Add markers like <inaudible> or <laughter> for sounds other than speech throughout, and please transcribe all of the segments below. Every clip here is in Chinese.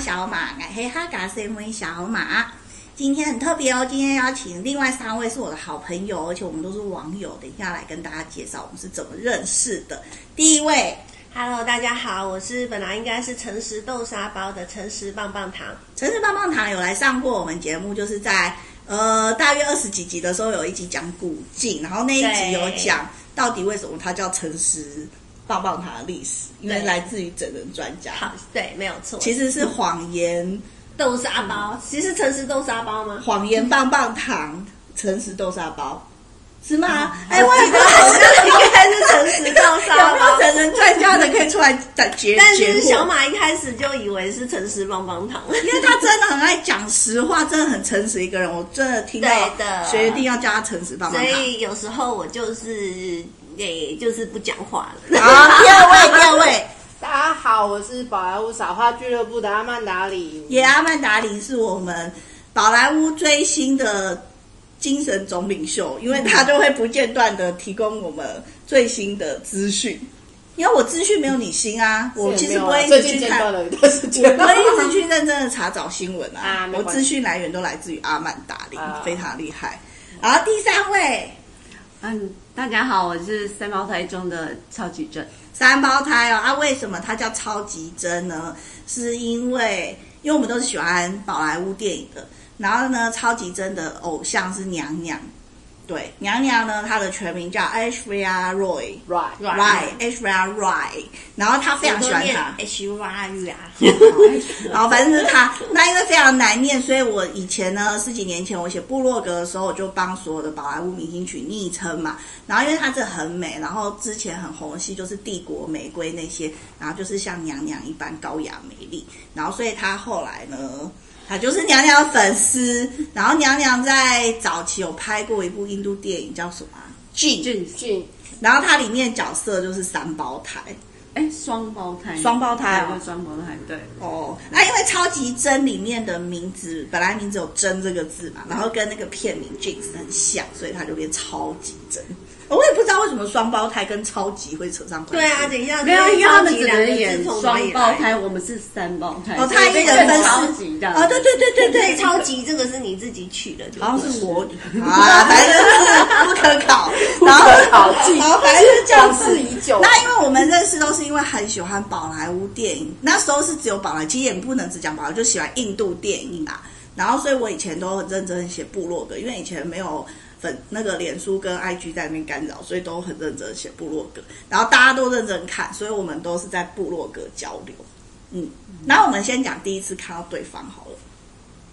小马，俺黑哈嘎森温小马。今天很特别哦，今天邀请另外三位是我的好朋友，而且我们都是网友。等一下来跟大家介绍我们是怎么认识的。第一位， Hello，大家好，我是本啊来应该是诚实豆沙包的诚实棒棒糖，城市棒棒糖有来上过我们节目，就是在呃大约二十几集的时候有一集讲古镜，然后那一集对有讲到底为什么它叫诚实棒棒糖的历史，因为对来自于整人专家，好，对，没有错，其实是谎言豆沙嗯包，其实诚实豆沙包吗？谎言棒棒糖诚实豆沙包。是吗？哎、我我也不记得知道好像应该是诚实豆沙 <laughs> 有没有包，整人专家的可以出来打结但结是果小马一开始就以为是诚实棒 <laughs> 棒糖，因为他真的很爱讲实话，真的很诚实一个人。我真的听到对的决定要叫他诚实棒棒所糖。以有时候我就是也就是不讲话了。好，第二位，第二位，大家好，我是宝莱坞撒花俱乐部的阿曼达里。也阿曼达林是我们宝莱坞追星的精神总领袖，因为他就会不间断的提供我们最新的资讯。因为我资讯没有你新啊，我其实不会一最直近去见看，到了一段时我间，不会一直去认真的查找新闻啊啊。没我关系资讯来源都来自于阿曼达林啊，非常厉害。然后第三位，嗯，大家好，我是三胞胎中的超级正。三胞胎哦，啊，为什么它叫超级真呢？是因为因为我们都是喜欢宝莱坞电影的，然后呢，超级真的偶像是娘娘，对，娘娘呢，她的全名叫 Ashria Roy。 right Right, Ashria Roy，然后她非常喜欢她， H Y U 啊 R， <laughs> 然后反正就是她。那因为非常难念，所以我以前呢，十几年前我写部落格的时候，我就帮所有的宝莱坞明星取昵称嘛。然后因为她这很美，然后之前很红的戏就是《帝国玫瑰》那些，然后就是像娘娘一般高雅美丽。然后所以她后来呢，她就是娘娘的粉丝。然后娘娘在早期有拍过一部印度电影叫什么啊？G，俊，俊然后它里面角色就是三胞胎哎，双胞胎，双胞胎哦对就双胞胎，对，哦。那因为超级真里面的名字本来名字有真这个字嘛，然后跟那个片名 Jinx 很像，所以它就变超级真。我也不知道为什么双胞胎跟超级会扯上关 <laughs> 对系。啊，等一下没有，因为他们只能演演双胞，胎，我们是三胞胎，哦，所以他一人变分饰成超级这样。哦，对对对对对，对，超级这个是你自己取的，就好像是我啊，反正就是不可考，然后可考记然后反正就是这样往事子。已久那因为我们认识都是因为很喜欢宝莱坞电影，那时候是只有宝莱，其实也不能只讲宝莱，就喜欢印度电影啊。然后，所以我以前都很认真写部落格，因为以前没有粉那个脸书跟 IG 在那边干扰，所以都很认真写部落格。然后大家都认真看，所以我们都是在部落格交流。嗯，然后我们先讲第一次看到对方好了。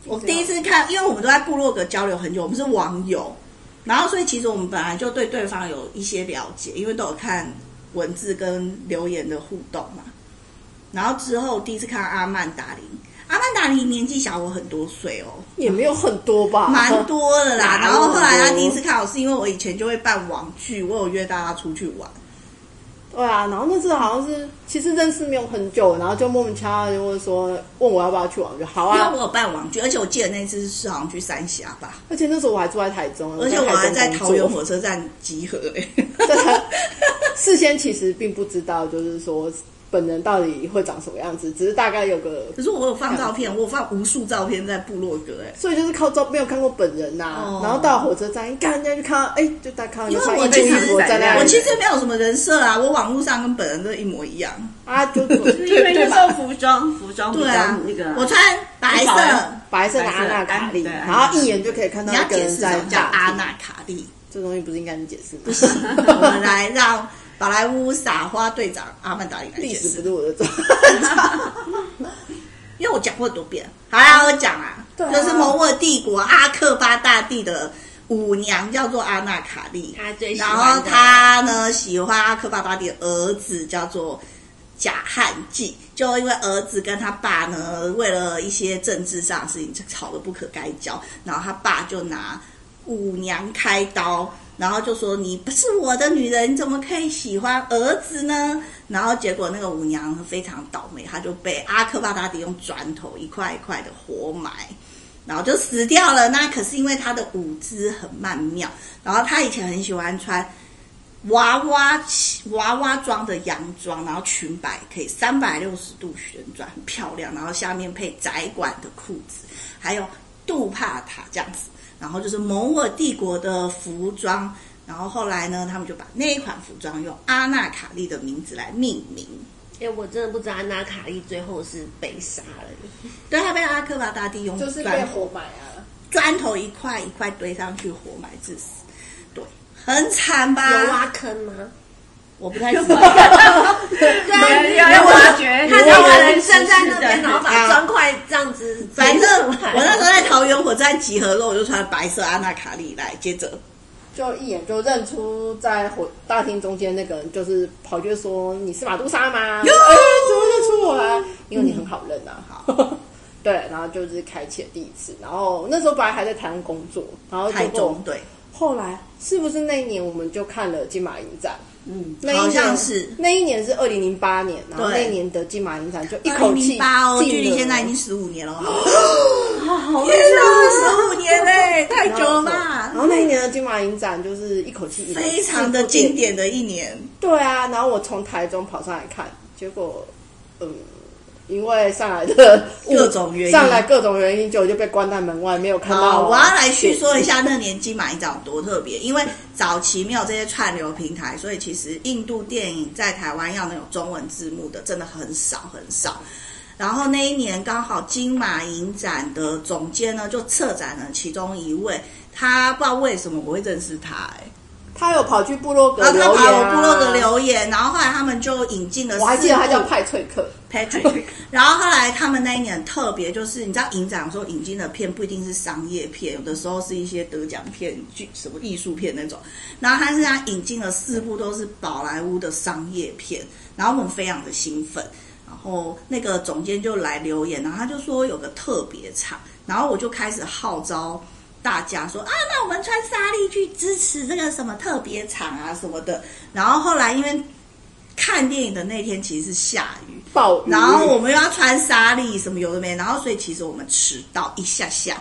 我第一次看，因为我们都在部落格交流很久，我们是网友，然后所以其实我们本来就对对方有一些了解，因为都有看文字跟留言的互动嘛。然后之后第一次看到阿曼达林，阿曼达林年纪小我很多岁哦，也没有很多吧，蛮多的啦。哪然有后后来他第一次看我是因为我以前就会办网剧，我有约大家出去玩。 <laughs> 对啊，然后那次好像是其实认识没有很久，然后就莫名其妙就问说问我要不要去玩，我就好因为啊我。有办网剧，而且我记得那次是好像去三峡吧，而且那时候我还住在台中，而且我还在台中桃工园作火车站集合、欸。 <laughs> 事先其实并不知道，就是说本人到底会长什么样子，只是大概有个，可是我有放照片，我有放无数照片在部落格哎、所以就是靠照没有看过本人呐、哦然后到火车站一看人家就看到，哎、就大家看到因就为穿我一其件实衣服站在那我里，其实没有什么人设啊，我网络上跟本人都一模一样。啊就就是因为对那对时候吧，服装，服哦装比对较啊，那个，我穿白小色人，白色的阿娜卡莉，白色的然后一眼就可以看到你要一个解人释在什么叫阿打纳卡利？这东西不是应该你解释吗？不行， <laughs> 我们来让宝莱坞撒花队长阿曼达里来 <laughs> 历解史不释，是我的专 <laughs> 因为我讲过很多遍。好啦，我讲啊，对啊就是摩尔帝国阿克巴大帝的舞娘叫做阿纳卡利，他最喜然欢的后他呢喜欢阿克巴巴的儿子叫做贾汉济，就因为儿子跟他爸呢，为了一些政治上的事情吵得不可开交，然后他爸就拿舞娘开刀。然后就说你不是我的女人，你怎么可以喜欢儿子呢？然后结果那个舞娘非常倒霉，她就被阿克巴达迪用砖头一块一块的活埋，然后就死掉了。那可是因为她的舞姿很曼妙，然后他以前很喜欢穿娃娃娃娃装的洋装，然后裙摆可以三百六十度旋转，很漂亮。然后下面配窄管的裤子，还有杜帕塔这样子。然后就是蒙我帝国的服装。然后后来呢，他们就把那一款服装用阿纳卡利的名字来命名。哎、我真的不知道安娜卡莉最后是被杀了。对，他被阿克巴大帝用就是砖被活埋啊，砖头一块一块堆上去，活埋致死。对，很惨吧？有啊挖坑吗？我不太知道。对啊，没有要挖掘他没有两个人人站在是那的边，哦然后把砖块这样子， <laughs> 反正我那时候在桃园火车站集合了，我就穿白色安娜卡丽来。接着，就一眼就认出在火大厅中间那个人，就是跑去说你是马杜莎吗？哎，怎么认出我来？因为你很好认啊，好。 <laughs> 对，然后就是开启了第一次，然后那时候本来还在台湾工作，然后结台果中对，后来是不是那一年我们就看了金马影展？嗯，那一年好像是那一年是二零零八年，然后对那一年的金马影展就一口气八哦，进距离了现在已经十五年了，好天哪，十五年嘞，太久了 <laughs> 然吧，后那一年的金马影展就是一口气一非常的经。典的一年。对啊，然后我从台中跑上来看，结果嗯，因为上来 <laughs> 的各种原因上来各种原因，就就被关在门外，没有看好，到。我要来叙说一下那年金马影展有多特别，因为早期没有这些串流平台，所以其实印度电影在台湾要能有中文字幕的真的很少很少。然后那一年刚好金马影展的总监呢就策展了其中一位，他不知道为什么我会认识他、哎他有跑去部落格然后留他言、把我啊，部落格留言，然后后来他们就引进了四部，我还记得他叫派翠克， Patrick。然 <laughs> 后后来他们那一年很特别，就是你知道影展有时候引进的片不一定是商业片，有的时候是一些得奖片、剧什么艺术片那种。然后他是他引进了四部都是宝莱坞的商业片，然后我们非常的兴奋。然后那个总监就来留言，然后他就说有个特别场，然后我就开始号召大家说啊，那我们穿纱丽去支持这个什么特别场啊什么的。然后后来因为看电影的那天其实是下雨，暴雨。然后我们又要穿纱丽什么有的没，然后所以其实我们迟到一下下，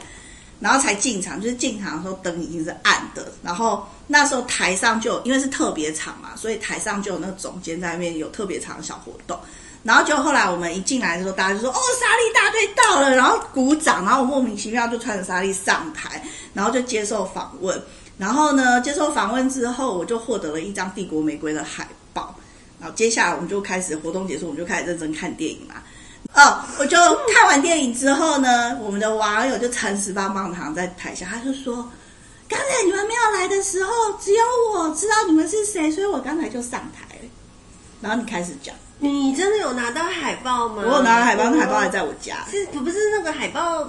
然后才进场，就是进场的时候灯已经是暗的，然后那时候台上就有因为是特别场嘛，所以台上就有那个总监在那边有特别场的小活动。然后就后来我们一进来的时候，大家就说：“哦，莎莉大队到了！”然后鼓掌，然后我莫名其妙就穿着莎莉上台，然后就接受访问。然后呢，接受访问之后，我就获得了一张帝国玫瑰的海报。然后接下来我们就开始活动结束，我们就开始认真看电影嘛。哦，我就看完电影之后呢，我们的网友就诚实棒棒糖在台下，他就说：“刚才你们没有来的时候，只有我知道你们是谁，所以我刚才就上台了。”然后你开始讲，你真的有拿到海报吗？我有拿海报，那海报还在我家。是不是那个海报？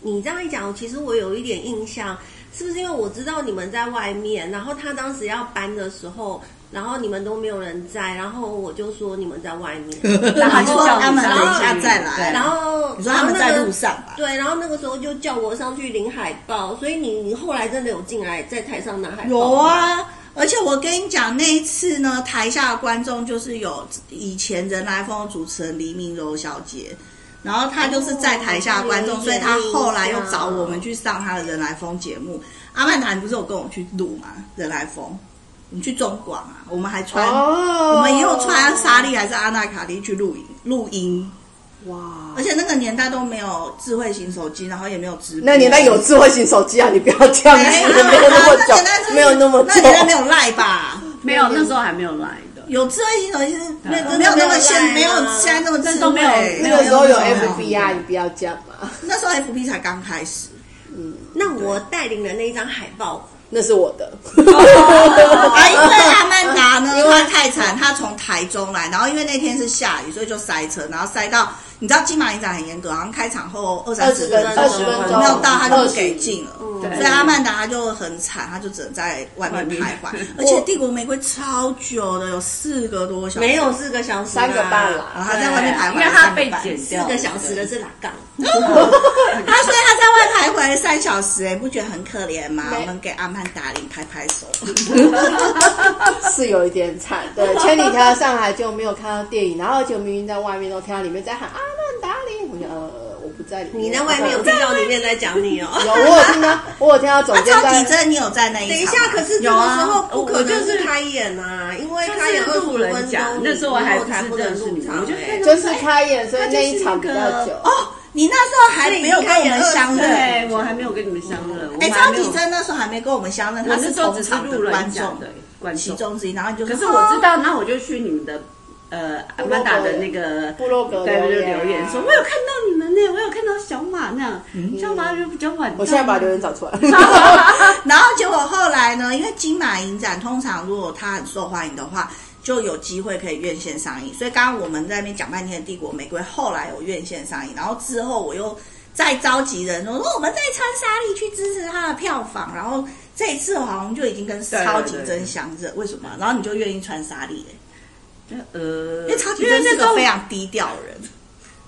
你这样一讲，其实我有一点印象，是不是因为我知道你们在外面，然后他当时要搬的时候，然后你们都没有人在，然后我就说你们在外面，然后就叫你他们上等一下去再来，对然后你说他们然后那在个路上吧？对，然后那个时候就叫我上去领海报，所以你你后来真的有进来在台上拿海报？有，啊，而且我跟你讲，那一次呢，台下的观众就是有以前人来疯的主持人黎明柔小姐。然后她就是在台下的观众，哦所以她后来又有印象找我们去上她的人来疯节嗯目。阿曼达，你不是有跟我去录吗？人来疯，我们去中广啊，我们还穿，哦，我们也有穿莎莉还是阿娜卡莉去录影录音，哇而，且那个年代都没有智慧型手机，然后也没有直播。那年代有智慧型手机啊，你不要这样子，没有没有那么那年代是不久，是没有那么久那，年代没有赖吧？没有，那时候还没有来的。有智慧型手机是没有对没有那么现真的没没有有赖啊现在那么智但都慧，没有那没个时候有没有 FB 啊，你不要这样嘛，那时候 FB 才刚开始，那我带领的那一张海报，那是我 <laughs> 的。 <laughs> 哦啊，因为阿曼达呢，她太惨，她从台中来，然后因为那天是下雨，所以就塞车，然后塞到你知道金马影展很严格，好像开场后二三二十十分分钟二十分钟没有到，他就不给20进了。对所以阿曼达她就很惨，她就只能在外面徘徊外面，而且帝国玫瑰超久的，有四个多小时，没有四个小时、啊三个半啦然后她在外面徘徊，因为她被剪掉。掉四个小时的是哪杠？他所以他在外徘徊三小时、哎，不觉得很可怜吗？没我们给阿曼达林拍拍手。 <laughs> 是有一点惨，对，千里迢迢啊上来就没有看到电影，然后就明明在外面都听到里面在喊阿曼达林，我就呃，我不不在里面。你在外面有有听到里面在讲你哦。有我有听到，我有听到总那监超级在。真，你有在那一等场一吗下，可是这有个啊时候不我可们哦就是是开演啊，因为就是开演二十路五人分甲钟，那时候我还后才不不知道能是入你场、我就哎看到就是开演，所以那一场比较久。哦，你那时候还没有跟我们相认。哎、对，我还没有跟你们相认。我还张没有启，珍那时候还没跟我们相认，我他那是时候同只是场的路人观甲众的观其众。中之一，然后你就可说是我知哦道，然后我就去你们的呃阿曼达的那个部落格对就言啊留言说，我有看到你们呢，我有看到小马那样，小马就比较晚到。我现在把留言找出来。 <laughs> 然后结果后来呢，因为金马影展通常如果它很受欢迎的话，就有机会可以院线上映。所以刚刚我们在那边讲半天的《帝国玫瑰》，后来有院线上映，然后之后我又再召集人说，哦说我们再穿沙利去支持它的票房。然后这一次我好像就已经跟超级真相认，为什么？然后你就愿意穿沙利了、呃，因为超级因为真那是时候个非常低调的人。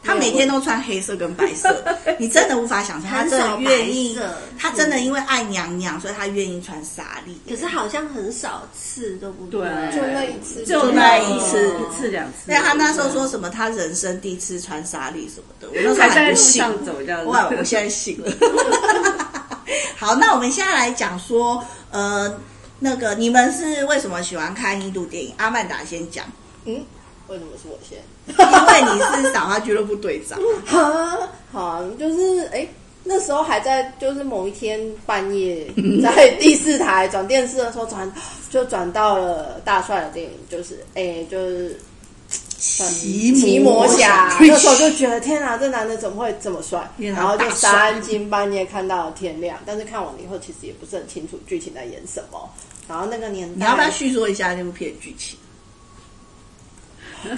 他每天都穿黑色跟白色，你真的无法想象，他很真少的愿意白色，他真的因为爱娘娘，所以他愿意穿纱丽。可是好像很少次，对不对啊就那一次，就那一一次次一次两次。但啊他那时候说什么，他人生第一次穿纱丽什么的，我那时还候在还路不信。上走这样子，哇，我现在信了。好，那我们现在来讲说，呃，那个你们是为什么喜欢看印度电影？阿曼达先讲，嗯，为什么是我先？因为你是打花俱乐部队长， <laughs> 哈，好，就是哎、诶那时候还在，就是某一天半 <laughs> 夜在第四台转电视的时候转，就转到了大帅的电影，就是哎、诶就是算骑骑魔魔侠侠。那时候就觉得天哪，这男的怎么会这么帅？原来然后就大帅三更半夜看到天亮，但是看完了以后其实也不是很清楚剧情在演什么。然后那个年代，你要不要叙述一下那部片剧情？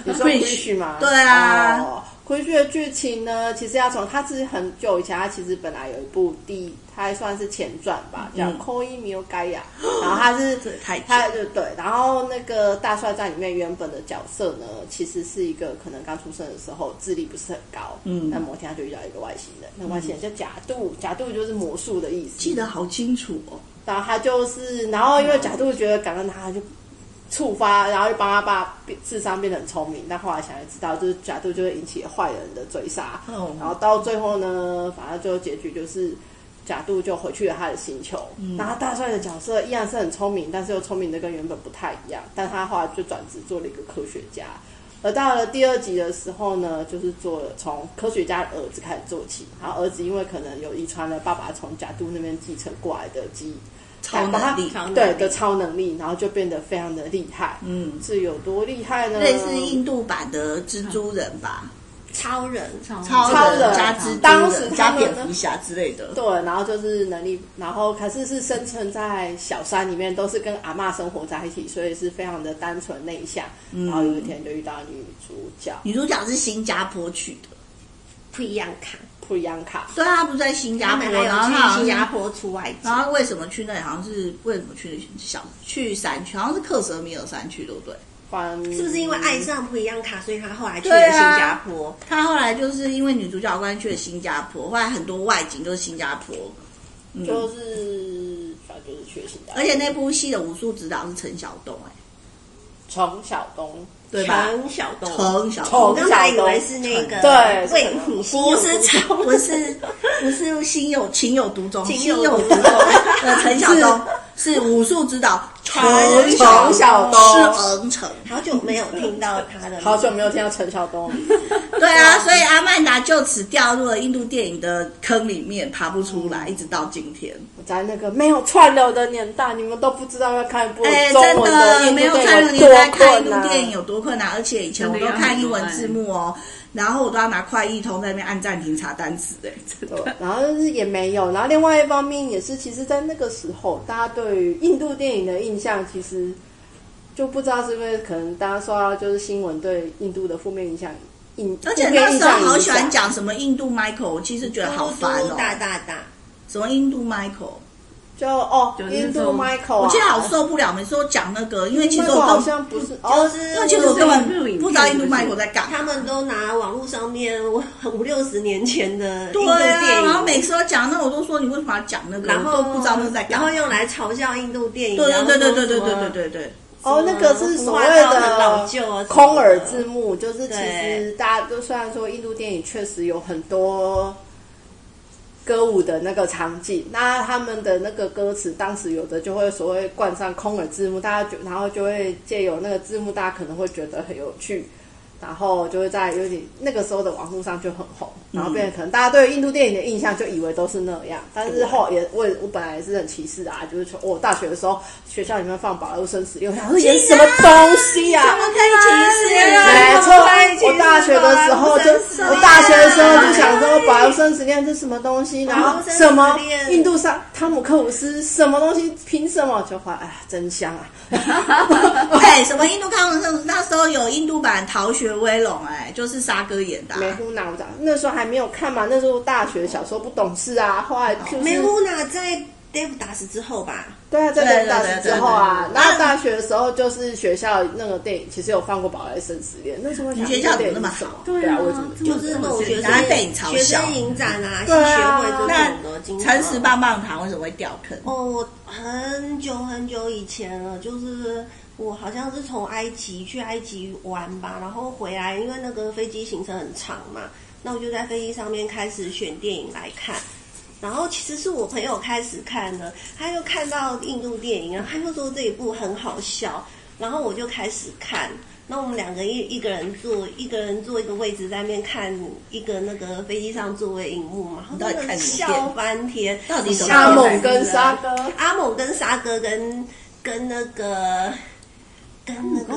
你说 Quish 吗？对啊哦、，Quish 的剧情呢，其实要从它是很久以前，它其实本来有一部第，它还算是前传吧，叫《嗯 Koi Mio Gaia》，然后它是这也太久它就对，然后那个大帅在里面原本的角色呢，其实是一个可能刚出生的时候智力不是很高，嗯但某天他就遇到一个外星人，那外星人叫假度，假度就是魔术的意思，记得好清楚哦。然后他就是，然后因为贾杜觉得感恩他，他就触发，然后就帮他爸变智商变得很聪明。但后来想也知道，就是贾杜就会引起坏人的追杀。哦然后到最后呢，反正最后结局就是贾杜就回去了他的星球。然后大帅的角色依然是很聪明，但是又聪明的跟原本不太一样。但他后来就转职做了一个科学家。而到了第二集的时候呢，就是做了从科学家的儿子开始做起，然后儿子因为可能有遗传了爸爸从贾都那边继承过来的基因，超能力把他超能力对的超能力，然后就变得非常的厉害。嗯，是有多厉害呢？类似印度版的蜘蛛人吧，超人，超嗯超人人加蜘蛛人当时他加们蝙呢蝠侠之类的。对，然后就是能力，然后可是是生存在小山里面，都是跟阿嬷生活在一起，所以是非常的单纯内向。然后有一天就遇到女主角女主角是新加坡去的，不一样看。普里安卡，对啊，她不是在新加他坡，们还然后有她去好新加像，坡出外景然，后她为什么去那里？好像是为什么去小去山区，好像是克什米尔山区，对不对？翻是不是因为爱上不一样卡，所以他后来去对了啊新加坡？她后来就是因为女主角的关系去了新加坡，后来很多外景都是新加坡，嗯嗯就是反正就是缺席的，而且那部戏的武术指导是陈晓东、哎，从小东对吧？陈晓东，陈晓陈东我。刚才以为是那个对为你心不有是陈，独钟不是不是心有情有独钟，情心有有独独钟钟。呃，陈晓东是武术指导陈陈晓晓东是恩成。好久没有听到他的，好久没有听到陈晓 <laughs> 东，对啊，所以阿曼达就此掉入了印度电影的坑里面，爬不出来，一直到今天。我在那个没有串流的年代，你们都不知道要看一部哎，中真文的的印没有度看电入影年代有多看印困度电影难。有多困难，而且以前我真的都要看很英文多哎字幕哦，然后我都要拿快译通在那边按暂停查单词，哎，对，然后就是也没有，然后另外一方面也是，其实，在那个时候，大家对于印度电影的印象，其实就不知道是不是可能大家受到就是新闻对印度的负面影响，印而且负面那印时候象影好喜欢响讲什么印度 Michael，我其实觉得好烦嘟嘟大哦，大大，什么印度 Michael。就哦，就是印那度种 Michael，、啊、我现在好受不了，每次都讲那个，因为其实 Michael 我好根本，像不是，就哦，是因为其实我根本不知道印度就是麦克在干嘛。他们都拿网络上面五五六十年前的印度对电啊，影，然后每次都讲那，我都说你为什么要讲那个，然我后都不知道那在干然后嘛。用来嘲笑印度电影，对然后对对说对对对什么对对对对，哦，那个是所谓什么很老旧啊的空耳什么的字幕，就是其实对大家都虽然说印度电影确实有很多歌舞的那个场景，那他们的那个歌词，当时有的就会所谓冠上空耳字幕，大家就然后就会借由那个字幕，大家可能会觉得很有趣，然后就会在有点那个时候的网络上就很红，嗯然后变得可能大家对印度电影的印象就以为都是那样，但是后也我也我本来也是很歧视啊，就是说我大学的时候学校里面放宝莱坞生死恋，我 <laughs> 想说演什么东西呀、怎么可以歧视人？没错，我大学的时候就，我大学的时啊候就想说，把保留生死恋是什么东西，然后生死什么恋印度上汤姆克鲁斯什么东西，凭什么？就话哎呀，真香啊！ <laughs> 哎，什么印度抗争？那时候有印度版《逃学威龙》，哎，就是沙哥演的啊、没胡脑长，那时候还没有看嘛，那时候大学小时候不懂事啊，后来就是梅乌娜在 Dave 打死之后吧，对啊，在对念大对学对之后啊对，对对然后大学的时候就是学校那个电影，其实有放过《宝莱生死恋》，那时候我想你学校这个电怎么那么影是什么好？对啊，对啊为什么这么就是那种学然后被你生嘲学笑生影展啊、系对学啊会这那种的经常。诚实棒棒糖为什么会掉坑？哦，我很久很久以前了，就是我好像是从埃及去埃及玩吧，然后回来，因为那个飞机行程很长嘛，那我就在飞机上面开始选电影来看。然后其实是我朋友开始看的，他就看到印度电影，然后他就说这一部很好笑，然后我就开始看。那我们两个一一个人坐，一个人坐一个位置在那边看一个那个飞机上座位荧幕嘛，你到然底后真的看什么笑翻天，到底什么阿笑猛翻跟天沙哥，阿猛跟沙哥跟跟那个跟那个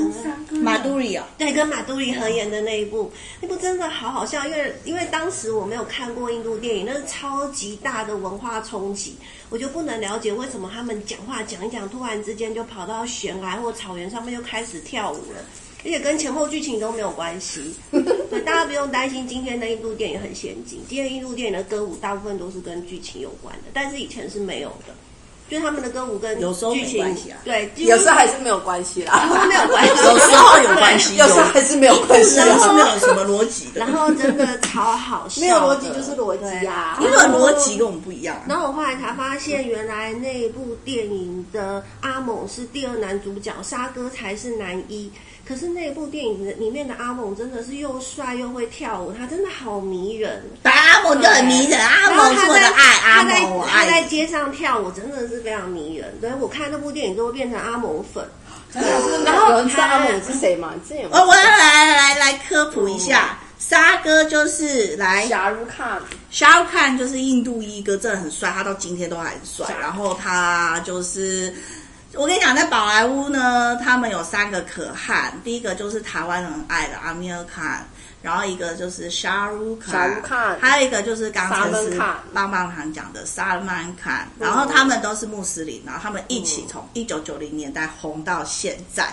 马杜里哦，对跟马杜里合演的那一部，那部真的好好笑，因为因为当时我没有看过印度电影，那是超级大的文化冲击，我就不能了解为什么他们讲话讲一讲，突然之间就跑到悬崖或草原上面就开始跳舞了。而且跟前后剧情都没有关 <laughs> 系，对，大家不用担心。今天的印度电影很先进，今天印度电影的歌舞大部分都是跟剧情有关的，但是以前是没有的，就是他们的歌舞跟有时候没剧情关系啊对，有时候还是是没有关系啦， <laughs> 没有关系，有时候有关系，有时候还是没有关系是啦不。是没有什么逻辑的？然后真的超好笑的，没有逻辑就是逻辑啊呀因为逻辑跟我们不一样啊。然后我后来才发现，原来那部电影的阿猛是第二男主角，沙哥才是男一。可是那部电影里面的阿猛真的是又帅又会跳舞，他真的好迷人。阿蒙就很迷人，阿然后蒙是他我在的爱，啊阿他在蒙我他在爱你。街上跳舞真的是非常迷人。对我看那部电影之后变成阿猛 <laughs> 粉，然后有人知道阿猛是谁吗？你之前有没哦，有我要来来来来科普一下，哦沙哥就是来假如看， Shah Rukh Khan 就是印度一哥，真的很帅，他到今天都还很帅。然后他就是，我跟你讲，在宝莱坞呢，他们有三个可汗，第一个就是台湾人很爱的阿米尔汗，然后一个就是沙鲁沙坎鲁，坎还有一个就是刚才萨是门坎棒棒糖讲的萨曼坎，然后他们都是穆斯林，然后他们一起从一九九零年代红到现在。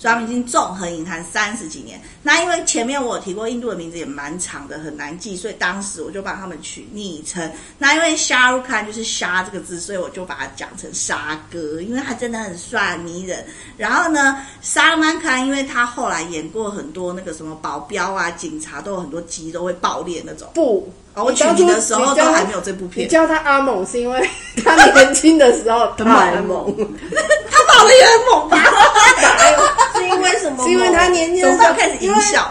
所以他们已经纵横影坛三十几年。那因为前面我有提过，印度的名字也蛮长的，很难记，所以当时我就帮他们取昵称。那因为 Shah Rukh Khan 就是“沙”这个字，所以我就把它讲成沙哥，因为他真的很帅、很迷人。然后呢，沙曼康，因为他后来演过很多那个什么保镖啊、警察，都有很多肌肉会爆裂那种。不，哦我取当初名的时候你叫都他还没有这部片你叫他阿猛是因为他年轻的时候 <laughs> 他哦很猛，他爆的也很猛吧？ <laughs> 是因为什么？ <laughs> 是因为他年轻的总时是要候开始 <laughs> 因影为响。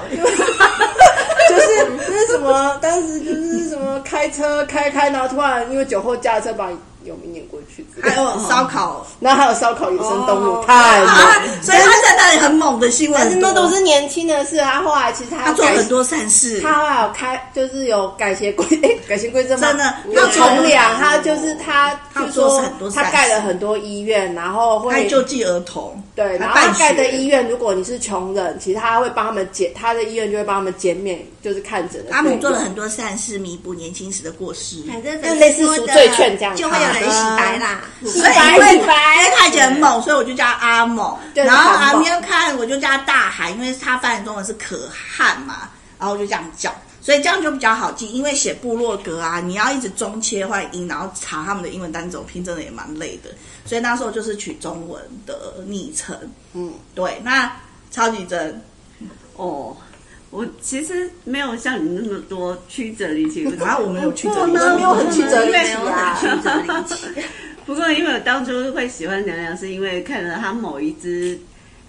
就是那什么，当时就是什么开车开开，然后突然因为酒后驾车把有名碾过去之类的，还有烧烤然后还有烧烤野生动物哦太猛啊 <laughs> 了，，所以他在那里很猛的新闻嗯但是很多，那都是年轻的事啊。后来其实他他做改很多善事。他后来有开，就是有改邪归、 <laughs> 诶改邪归正吗？真的他从良，他就是他，他有就做说很多善他事盖了很多医院，然后他会救济儿童，对，然后办他盖的学医院，如果你是穷人，其实他会帮他们减，他的医院就会帮他们减免，就是看诊的费用。阿姆做了很多善事，弥补年轻时的过失。反正就类似赎罪券这样啊嗯就会有人洗白啦。 <laughs> 所洗白以因为洗白因为他以前很猛，所以我就叫他阿猛。对然后他很阿猛喵看我就叫他大海，因为他翻译中文是可汗嘛，然后我就这样叫。所以这样就比较好记，因为写部落格啊，你要一直中切换音，然后查他们的英文单词，我拼真的也蛮累的。所以那时候就是取中文的昵称，嗯，对。那超级真，哦，我其实没有像你那么多曲折离奇的故事然后我们有曲折我离们没有奇，很曲折 <laughs> 离没奇有啊，很曲折离奇，不过，因为我当初会喜欢娘娘，是因为看了她某一支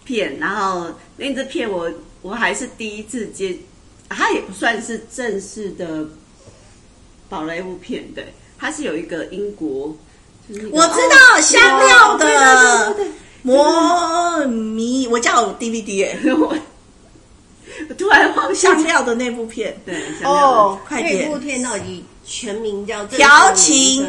片，然后那支片我我还是第一次接，它也不算是正式的宝莱坞片，对。它是有一个英国，就是那个我知道香料哦对的对对对魔迷，我叫我 DVD <laughs> 耶，对，我我突然忘记 <laughs> 香料的那部片，对香料哦的，快那点部片到底全名叫《调情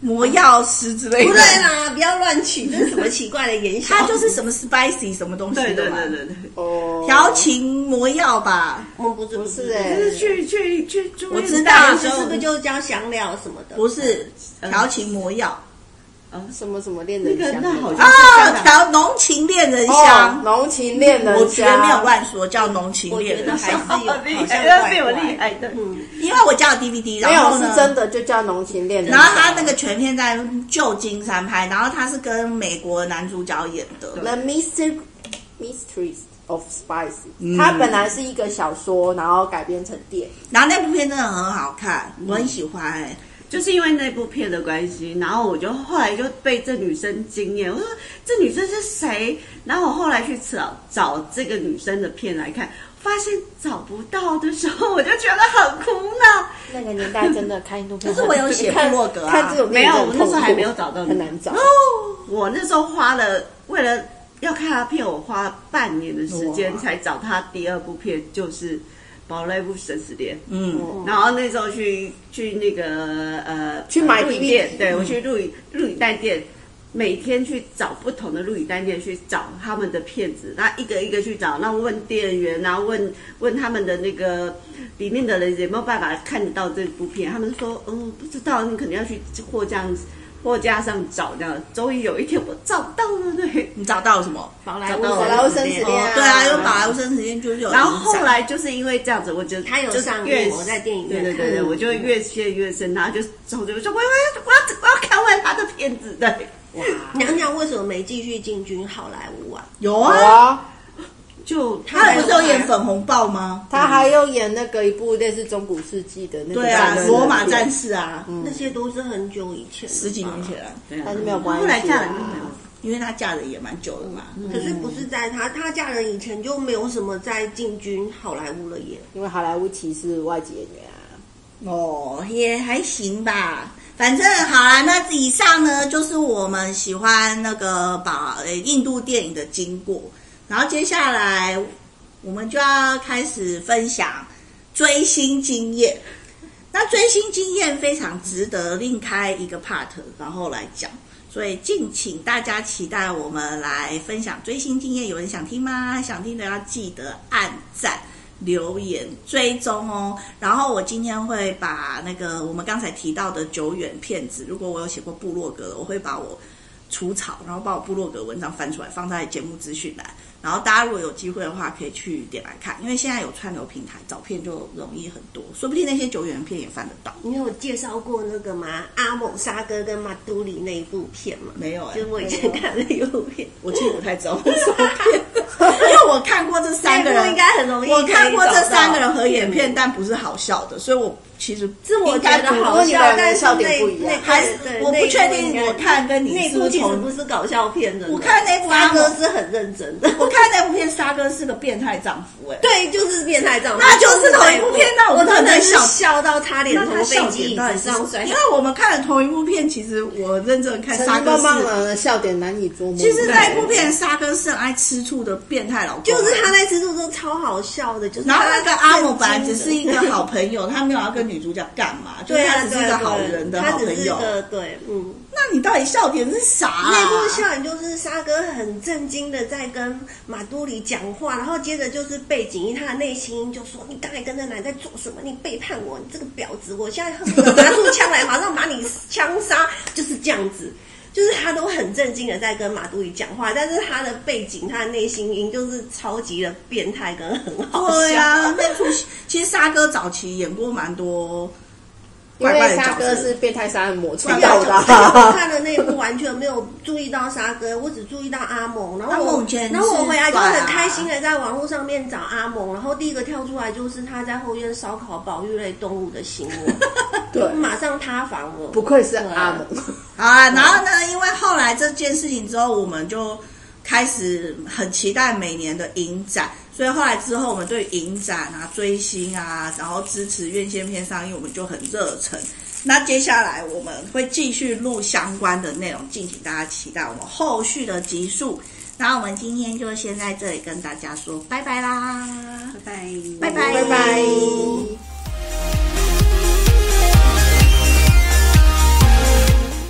魔药师之类不的对，啦，不要乱取，这是什么奇怪的言行？它就是什么 spicy 什么东西对对的嘛，对对对，哦，调情魔药吧，我们不是不是就欸是去去去住我院知道大当的时时候哦是不是就叫香料什么的？不是调情魔药什么什么恋那人个香那好哦像啊，调浓情恋人香，浓情恋人香，我觉得没有乱说，叫浓情我恋觉人得还香是。有，厉好像害，怪被我怪厉害的，嗯，因为我叫 DVD，没然有后是呢，真的，就叫浓情恋人然香。后他那个全片在旧金山拍，然后他是跟美国男主角演的， The Mystery Mysteries of Spice，、它嗯本来是一个小说，然后改编成电影。然后那部片真的很好看，我很喜欢、欸。就是因为那部片的关系，然后我就后来就被这女生惊艳，我说这女生是谁？然后我后来去找找这个女生的片来看，发现找不到的时候，我就觉得很苦 <laughs> 恼。那个年代真的看印度 <laughs> 片可很，是我有写部落格啊看这种没有，我那时候还没有找找到哦很难找。我那时候花了为了要看她片，我花了半年的时间哇才找她第二部片，就是《宝莱坞生死恋》。嗯，嗯然后那时候去去那个呃去买录影 DVD 店，对我嗯去录影录影带店，每天去找不同的录影带店去找他们的片子，那一个一个去找，那问店员啊，问问他们的那个里面的人有没有办法看得到这部片，他们说嗯不知道，你可能要去货架货架上找这样。终于有一天我找到了，对。你找到了什么？宝莱找到坞，了然后生死恋对啊，因为宝把莱坞生死恋就是有然后后影响来就是因为这样子，我就他有就上越映我在电影对院对对对，看我就越陷越深，然后就从这边说，我要我要我要看完他的片子，对，娘娘为什么没继续进军好莱坞啊？有哇啊，哇，就他不是有演粉红豹吗？他还有演那个一部类似中古世纪的那个对啊战争，的罗马片战，士啊，那些都是很久以前，十几年。前，对啊但是没有关系啊后来嫁了就没有。因为他嫁的也蛮久了嘛。可是不是在她她嫁人以前就没有什么在进军好莱坞了耶？因为好莱坞歧视外籍演员啊。哦，也还行吧。反正好啦，那以上呢就是我们喜欢那个把呃印度电影的经过，然后接下来我们就要开始分享追星经验。那追星经验非常值得另开一个 part，然后来讲，所以敬请大家期待我们来分享追星经验。有人想听吗？想听的要记得按赞。留言追踪哦。然后我今天会把那个我们刚才提到的久远片子，如果我有写过部落格，我会把我除草，然后把我部落格文章翻出来，放在节目资讯栏。然后大家如果有机会的话，可以去点来看，因为现在有串流平台，找片就容易很多，说不定那些久远片也翻得到。你有介绍过那个吗？阿蒙沙哥跟马都里那一部片吗？没有哎、就是啊我以前看的一部片，我其实不太知道什么片，因为我看过这三个那一部人应。该很容易。我看过这三个人，合演片，但不是好笑的，所以我其实是我应觉该得不会好你笑们，但是笑那点不一样那还是对我不那一确部定应该我看跟你那是不部是其实同不是搞笑片的，我看那部沙阿哥蒙是很认真的。我看那部片，沙哥是个变态丈夫、哎， <laughs> 对，就是变态丈夫，那就是同一部片那我我真的真的在是笑笑到差点那从他飞笑机点椅到底子是上摔因。为我们看了同一部片，其实我认真看沙陈哥棒棒是，人的笑点难以捉摸。其实那部片沙哥是很爱吃醋的变态老公， <laughs> 啊就是他。在吃醋都超好笑的，就是然后那个阿姆姆本来只是一个 <laughs> 好朋友，他没有要跟女主角干嘛，就对是他啊，只对是一个啊，好对啊人的他好只朋是友。个对，嗯，那你到底笑点是啥、啊？那部笑点就是沙哥很震惊的在跟马都里讲话，然后接着就是背景音，他的内心音就说：“你刚才跟那男在做什么？你背叛我，你这个婊子！我现在恨不得拿出枪来，马上把你枪杀！”就是这样子，就是他都很震惊的在跟马都里讲话，但是他的背景，他的内心音就是超级的变态跟很好笑。对啊，那出戏其实沙哥早期演过蛮多因怪怪的为角色，沙哥是变态杀人魔出怪道怪的角我啊，看的那一部完全没有注意到沙哥，我只注意到阿蒙。然后阿我蒙以前，然后我回来就很开心是的在网络上面找阿蒙，然后第一个跳出来就是他在后院烧烤保育类动物的新闻，对，马上塌房了。不愧是阿蒙。好啊，然后呢，因为后来这件事情之后，我们就开始很期待每年的影展，所以后来之后，我们对影展啊、追星啊，然后支持院线片上映，我们就很热忱。那接下来我们会继续录相关的内容，敬请大家期待我们后续的集数。那我们今天就先在这里跟大家说拜拜啦，拜拜，拜拜，拜拜。